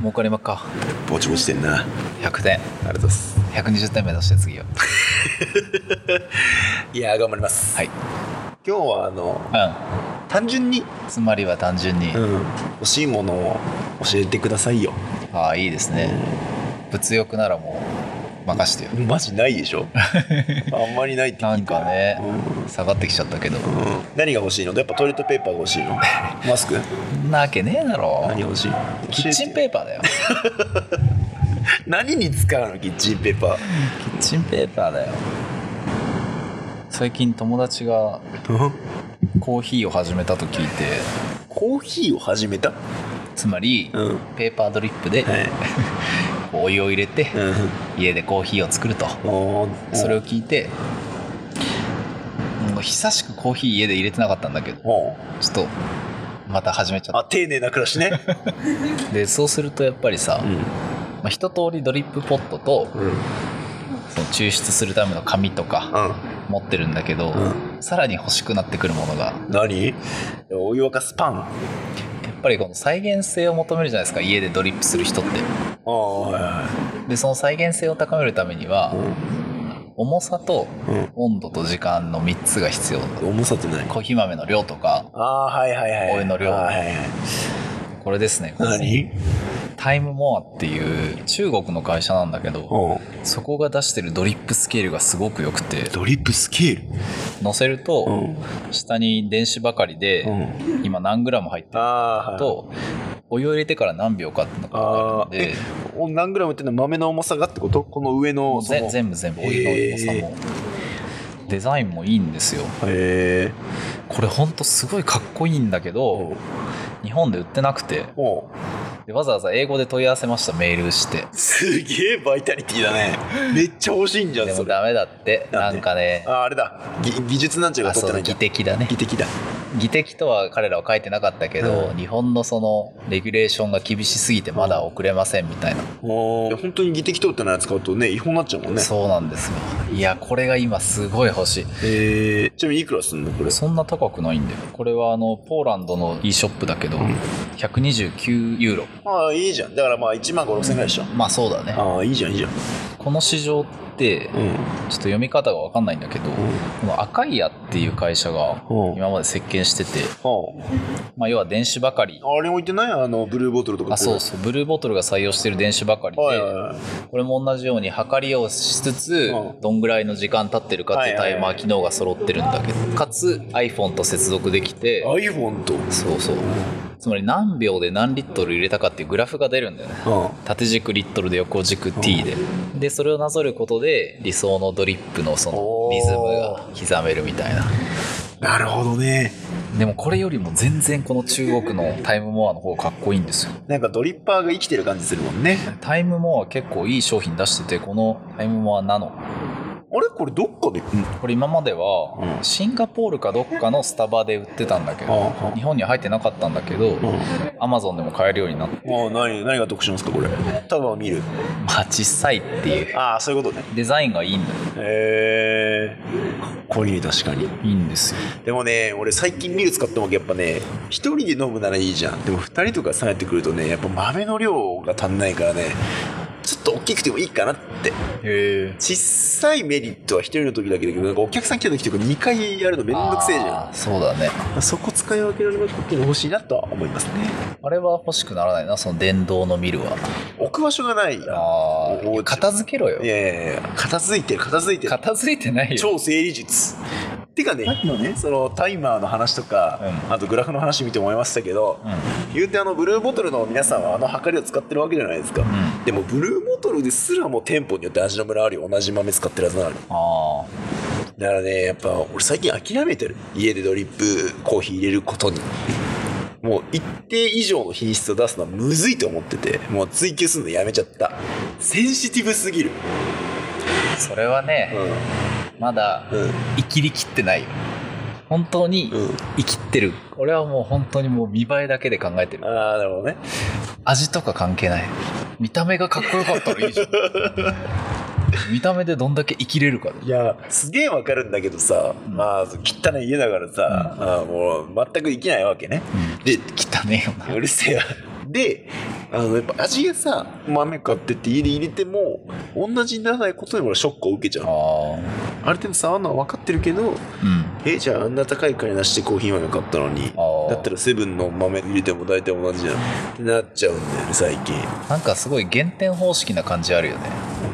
もうこれまっかぼちぼちしてんなあ100点りがとうございます120点目指して次をいやー頑張ります、はい今日はあのう単純に、んつまりは単純に、うん、欲しいものを教えてくださいよああいいですね物欲ならもう任してよマジないでしょ あんまりないってなん聞いたかねうん下がってきちゃったけどうん何が欲しいのやっぱトイレットペーパーが 欲しいのマスクそんなわけねえだろ何が欲しいキッチンペーパーだよ何に使うのキッチンペーパキッチンペーパーだよ最近友達がーコーヒーを始めたと聞いてコーヒーを始めたつまり、んペーパードリップで、はい お湯を入れて、う家でコーヒーを作るとんおーそれを聞いてもう久しくコーヒー家で入れてなかったんだけどちょおーっとまた始めちゃあっ丁寧な暮らし ねたでそうするとやっぱりさ、うまあ、一通りドリップポットとんうんその抽出するための紙とか持ってるんだけど、うさらに欲しくなってくるものが何お湯沸かすパンやっぱりこの再現性を求めるじゃないですか家でドリップする人ってああはいはでその再現性を高めるためには、重さというん温度と時間の3つが必要重さって何コーヒー豆の量とかああはいはいはいお湯の量はいはいはいこれですね何タイムモアっていう中国の会社なんだけどおそこが出してるドリップスケールがすごく良くてドリップスケール乗せると下に電子ばかりでん今何グラム入ってるああかととお湯を入れてから何秒かっていうのが分かるんで何グラムってのは豆の重さがってことこの上ものうそのぜ全部全部お湯の重さもデザインもいいんですよへえこれほんとすごいかっこいいんだけど日本で売ってなくておうでわざわざ英語で問い合わせましたメールしてすげえバイタリティだね めっちゃ欲しいんじゃんでそもれあダメだってななんでんかねあれだぎ技術なんちゅうあが取そってなういんだ技的だね技的だ技的とは彼らは書いてなかったけど、うん日本のそのレギュレーションが厳しすぎてまだ遅れませんみたいな、お本当に技的取ってないやつ買うとね違法になっちゃうもんねそうなんですよいやこれが今すごい欲しいへえちなみにいくらすんのこれそんな高くないんだよこれはあのポーランドの e ショップだけど、ん129ユーロああいいじゃんだからまあ1万5 6千円ぐらいでしょまあそうだねああいいじゃんいいじゃんこの市場ってちょっんと読み方が分かんないんだけど、このアカイアっていう会社がうん今まで席巻してて、はまあ、要は電子ばかりああれ置いてないあのブルーボトルとかあそうそうブルーボトルが採用してる電子ばかりで、はいはいはいこれも同じように測りをしつつ、うんどんぐらいの時間経ってるかっていうタイマー機能が揃ってるんだけど、かつ iPhone と接続できて、 iPhone とそうそうつまり何秒で何リットル入れたかっていうグラフが出るんだよねあ縦軸リットルで横軸 T で、でそれをなぞることで理想のドリップのそのリズムが刻めるみたいななるほどねでもこれよりも全然この中国のタイムモアの方がかっこいいんですよなんかドリッパーが生きてる感じするもんねタイムモア結構いい商品出しててこのタイムモアナノあれこれどっかでこれ今までうはんシンガポールかどっかのスタバで売ってたんだけああどああ日本には入ってなかったんだけどうんアマゾンでも買えるようになってああ何何が特殊なんですかこれただを見るまあ小さいっていうああそういうことねデザインがいいんだよへえかっこいい確かにいいんですよでもね俺最近ミル使ってもやっぱね一人で飲むならいいじゃんでも二人とかされてくるとねやっぱ豆の量が足んないからねちょっと大きくてもいいかなってへえ小さいメリットは一人の時だけだけどなんかお客さん来た時とか2回やるのめんどくせえじゃそうだねんそこ使い分けられるっていうの欲しいなとは思いますねあれは欲しくならないなその電動のミルは置く場所がないあおあ片付けろよいやいやいや片付いてる片付いてる片付いてないよ超整理術てかねさっきのねそのタイマーの話とか、うんあとグラフの話見て思いましたけど、うんうん言うてあのブルーボトルの皆さんはあの測りを使ってるわけじゃないですか、でもブルーボトルですらも店舗によって味のムラあるよ同じ豆使ってるはずなのにあだからねやっぱ俺最近諦めてる家でドリップコーヒー入れることにもう一定以上の品質を出すのはむずいと思っててもう追求するのやめちゃったセンシティブすぎるあそれはねうまだんうん生きりきってないよ本当にうん生きってる俺はもう本当にもう見栄えだけで考えてるああなるほどね味とか関係ない見た目がかっこよかったらいい じゃん見た目でどんだけ生きれるかでいやすげえわかるんだけどさ、うんまあ汚い家だからさ、あーもう全く生きないわけねで汚ねえよなうるせえわで、あの、やっぱ味がさ、豆買ってって家で入れても、同じにならないことに俺はショックを受けちゃう。あある程度触るのは分かってるけど、あ。うん。え、じゃああんな高い金出してコーヒー豆買ったのに、あだったあ。らセブンの豆入れても大体同じじゃん。ってなっちゃうんだよね、最近。なんかすごい減点方式な感じあるよね。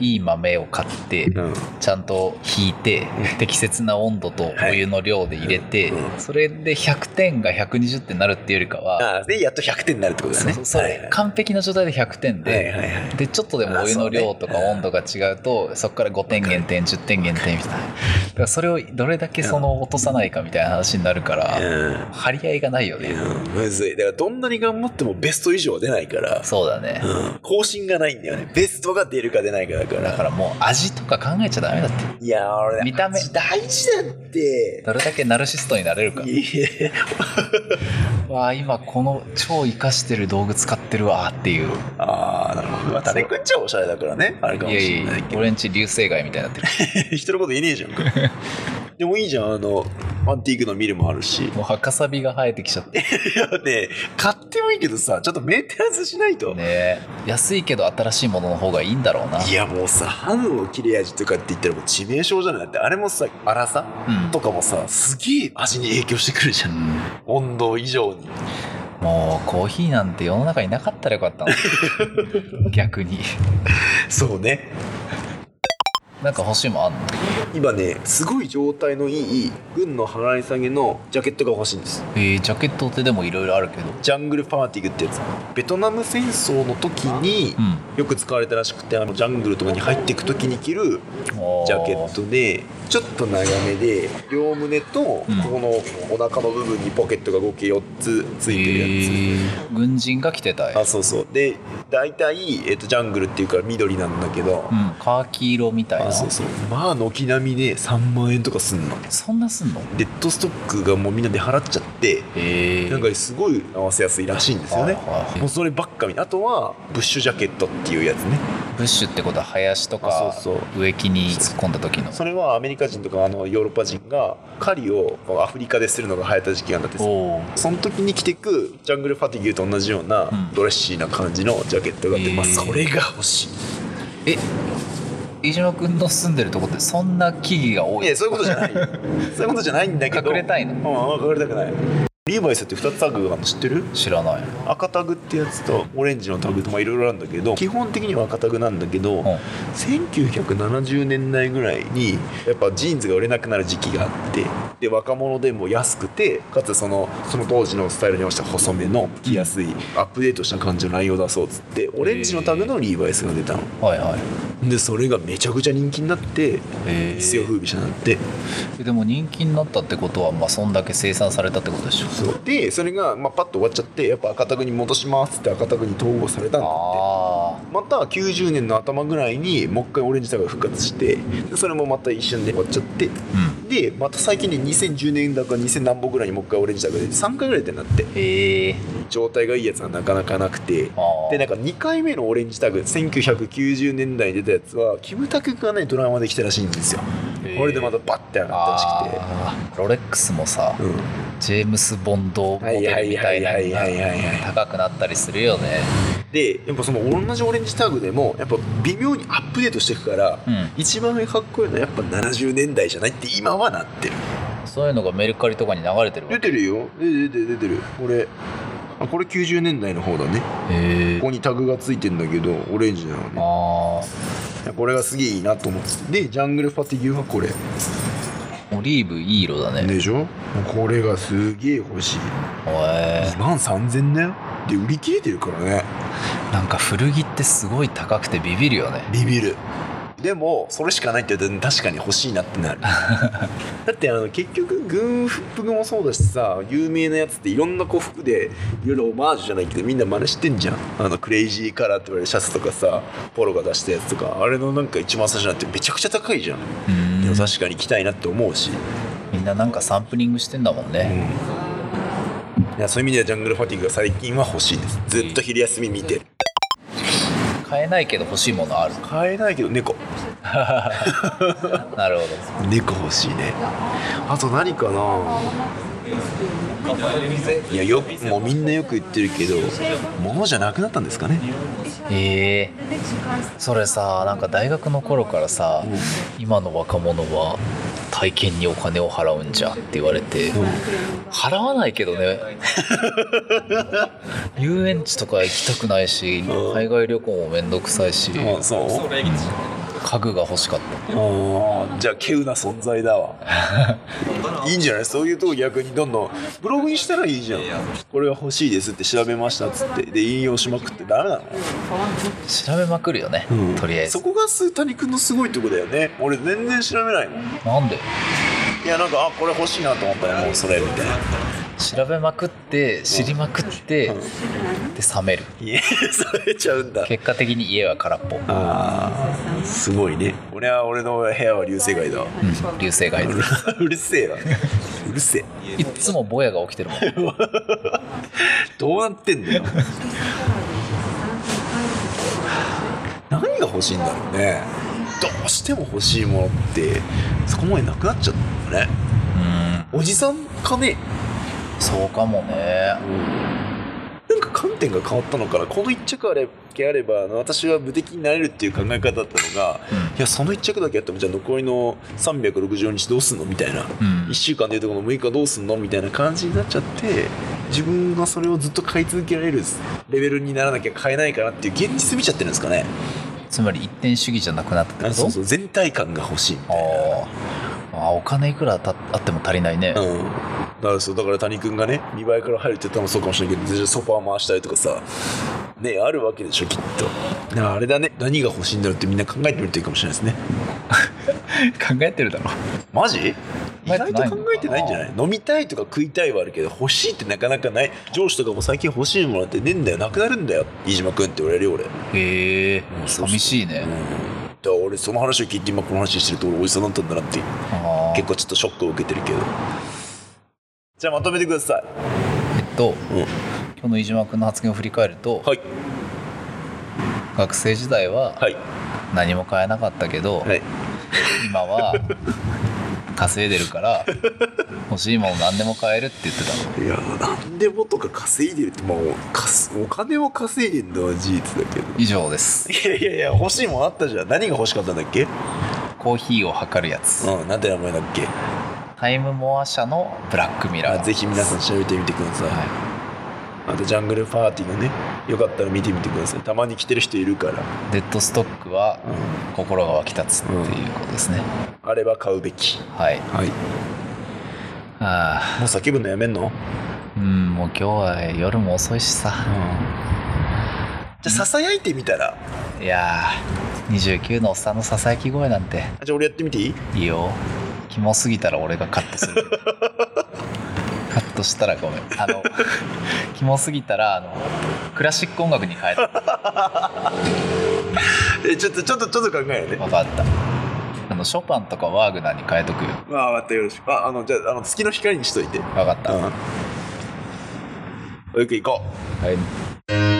いい豆を買って、うん。ちゃんと引いて、適切な温度とお湯の量で入れてう、それで100点が120点になるっていうよりかは、ああ、で、やっと100点になるってことだそうね。そうそはいはれい完璧な状態で100点はいで、はいはい。でちょっとでもお湯の量とか温度が違うとそこから5点減点10点減点みたいなだからそれをどれだけその落とさないかみたいな話になるからうん張り合いがないよいねや。むずい。だからどんなに頑張ってもベスト以上は出ないから、そうだねうん更新がないんだよね。ベストが出るか出ないかだから。だからもう味とか考えちゃダメだっていやー、俺ね見た目味大事だって。どれだけナルシストになれるかいやわあ今この超活かしてる道具使ってるわーっていう あー、なるほど。まあ、誰くんちゃおしゃれだからね。あれかいもやしれいなやいけど。俺んち流星街みたいになってる 人のこと言えね えじゃんか。でもいいじゃん、あの、アンティークのミルもあるし。 もう博サビが生えてきちゃっていやね、買ってもいいけどさ、ちょっとメンテナンスしないと。ね安いけど新しいものの方がいいんだろうないやもうさ、ハムの切れ味とかって言ったらもう致命傷じゃないだって、あれもさ、粗さうんとかもさ、すげえ味に影響してくるじゃ。うんん温度以上に。もうコーヒーなんて世の中になかったらよかった の逆にそうね。なんか欲しいもんあんの今ね、すごい状態のいい、軍の払い下げのジャケットが欲しいんです。えー、ジャケットってでもいろいろあるけどジャングルパーティングってやつ。ベトナム戦争の時にう、んよく使われたらしくて、あの、ジャングルとかに入っていく時に着るジャケットでちょっと長めで両胸とこうんこのお腹の部分にポケットが合計4つつついてるやえー軍人が着てたつ、あやつそうそうで大体、えっとジャングルっていうから緑なんだけど、うんカーキ色みたいなあそうそうまあ軒並みね3万円とかすんのそんなすんのデッドストックがもうみんな出払っちゃってええー、なんかすごい合わせやすいらしいんですよはいねはいもうそればっかみあとはブッシュジャケットっていうやつねブッシュってことは林とあかそうそ植木に突っ込んだ時のそれはアメリカ人とかあのヨーロッパ人が狩りをアフリカでするのが流行った時期があったんですよおおその時に着てくジャングルファティギュと同じようなうんドレッシーな感じのジャケットがあって、へーまあ、それが欲しい。え飯島君の住んでるとこってそんな木々が多いいやそういうこと じゃないよそういうことじゃないんだけど隠れたいのうんうん隠れたくないリーバイスって2つタグがあるの知ってる知らない、赤タグってやつとオレンジのタグとまあいろいろあるんだけど基本的には赤タグなんだけど、うん、 1970年代ぐらいにやっぱジーンズが売れなくなる時期があってで若者でも安くてかつそのその当時のスタイルに合わせた細めの着やすいアップデートした感じのラインを出そうっつってオレンジのタグのリーバイスが出たのはいはいでそれがめちゃくちゃ人気になってえー一世を風靡者になってえでも人気になったってことはまあそんだけ生産されたってことでしょそうでそれがまあパッと終わっちゃってやっぱ赤タグに戻しますって赤タグに統合されたんだってあまた90年の頭ぐらいにもう一回オレンジタグが復活してでそれもまた一瞬で終わっちゃってあうんでまた最近で2010年だか2000何本ぐらいにもう一回オレンジタグで3回ぐらい出てなってへえ状態がいいやつはなかなかなくてああでなんか2回目のオレンジタグ1990年代に出たやつはキムタクがねドラマできたらしいんですよへえこれでまたバッて上がったらしくてああロレックスもさ、うんジェームス・ボンドモデルみたいなはいはいはいはいはいはいのが高くなったりするよねでやっぱその同じオレンジタグでもやっぱ微妙にアップデートしていくから、うん一番かっこいいのはやっぱ70年代じゃないって今はなってるそういうのがメルカリとかに流れてるわ出けてるよ出てる出てるこれあこれ90年代の方だねへえここにタグがついてんだけどオレンジなのねあいやこれがすげえいいなと思ってでジャングルファティギュはこれあオリーブいい色だねでしょこれがすげえ欲しいへ2万3000年で売り切れてるからねえなんか古着ってすごい高くてビビるよねビビるでもそれしかないって言ったら確かに欲しいなってな るだってあの結局軍服もそうだしさ有名なやつっていろんなこう服でいろいろオマージュじゃないけどみんな真似してんじゃんあのクレイジーカラーって言われるシャツとかさポロが出したやつとかあれのなんか一番最初なんてめちゃくちゃ高いじゃんうんでも確かに着たいなって思うし、みんななんかサンプリングしてんだもんね、いやそういう意味ではジャングルファティングが最近は欲しいですずっと昼休み見てる買えないけど欲しいものある買えないけど猫なるほど猫欲しいねあと何かないやよもうみんなよく言ってるけど物じゃなくなったんですかねええそれさなんか大学の頃からさ、今の若者は体験にお金を払うんじゃって言われて、払わないけど ね遊園地とか行きたくないしうん海外旅行もめんどくさいしあそう家具が欲しかったあーじゃあ稀有な存在だ わいいんじゃないそういうとこ逆にどんどんブログにしたらいいじゃんこれが欲しいですって調べましたっつってで引用しまくってダメなの、調べまくるよね、とりあえずそこがす谷君のすごいとこだよね俺全然調べないもんなんでいやなんかあこれ欲しいなと思ったらもうそれみたいな調べまくって知りまくって、うんで冷めるいや それちゃうんだ結果的に家は空っぽ、うあーすごいね俺は俺の部屋は流星街だわ ん、流星がいるうるせえわうるせえいっつもぼやが起きてる もんどうなってんだよ何が欲しいんだろうねどうしても欲しいものってそこまでなくなっちゃったんだねうんおじさんかねそうかもねなんか観点が変わったのかなこの一着あれだけあれば私は無敵になれるっていう考え方だったのがいやその一着だけあってもじゃあ残りの364日どうすんのみたいなうん1週間でいうとこの6日どうすんのみたいな感じになっちゃって自分がそれをずっと買い続けられるレベルにならなきゃ買えないかなっていう現実見ちゃってるんですかねつまり一点主義じゃなくなったってことそうそう全体感が欲しいみあたいーあーお金いくらたあっても足りないねな、うん、だからそうだから谷君がね見栄えから入るって言ったのもそうかもしれないけど全然ソファー回したりとかさねあるわけでしょきっとだからあれだね何が欲しいんだろうってみんな考えてみるといいかもしれないですね 考えてるだろマジ意考えてないのか外とな考えてないんじゃない飲みたいとか食いたいはあるけど欲しいってなかなかない上司とかも最近欲しいものってねえんだよなくなるんだよ飯島君って言われるよ俺、うん、だかへえうんそうそう寂しいねら俺その話を聞いて今この話してると俺おじさんだったんだなってあー結構ちょっとショックを受けてるけどじゃあまとめてくださいえっとうん今日の飯島君の発言を振り返ると、はい学生時代ははい何も買えなかったけど、はい今は稼いでるから 欲しいもの何でも買えるって言ってたのいや何でもとか稼いでるって、まあ、かすお金を稼いでるのは事実だけど以上ですいやいやいや欲しいもんあったじゃん何が欲しかったんだっけコーヒーを測るやつうんなんて名前だっけタイムモア社のブラックミラあーぜひ皆さん調べてみてください、はあとジャングルパーティーがねよかったら見てみてくださいたまに来てる人いるから、いデッドストックはう心が湧き立つっていうことですね、ん、あれば買うべきはいはいもあう叫ぶのやめんの、あうんもう今日は夜も遅いしさじゃあささやいてみたらいやー29のおっさんのささやき声なんてあじゃあ俺やってみていいいいよキモすぎたら俺がカットす るカットしたらごめんあのキモすぎたらあのクラシック音楽に変えたえちょっとちょっとちょっと考えようね分かったあのショパンとかワーグナーに変えとくよああまたよろしくああのじゃああの月の光にしといて分かった、うんよく行こうはい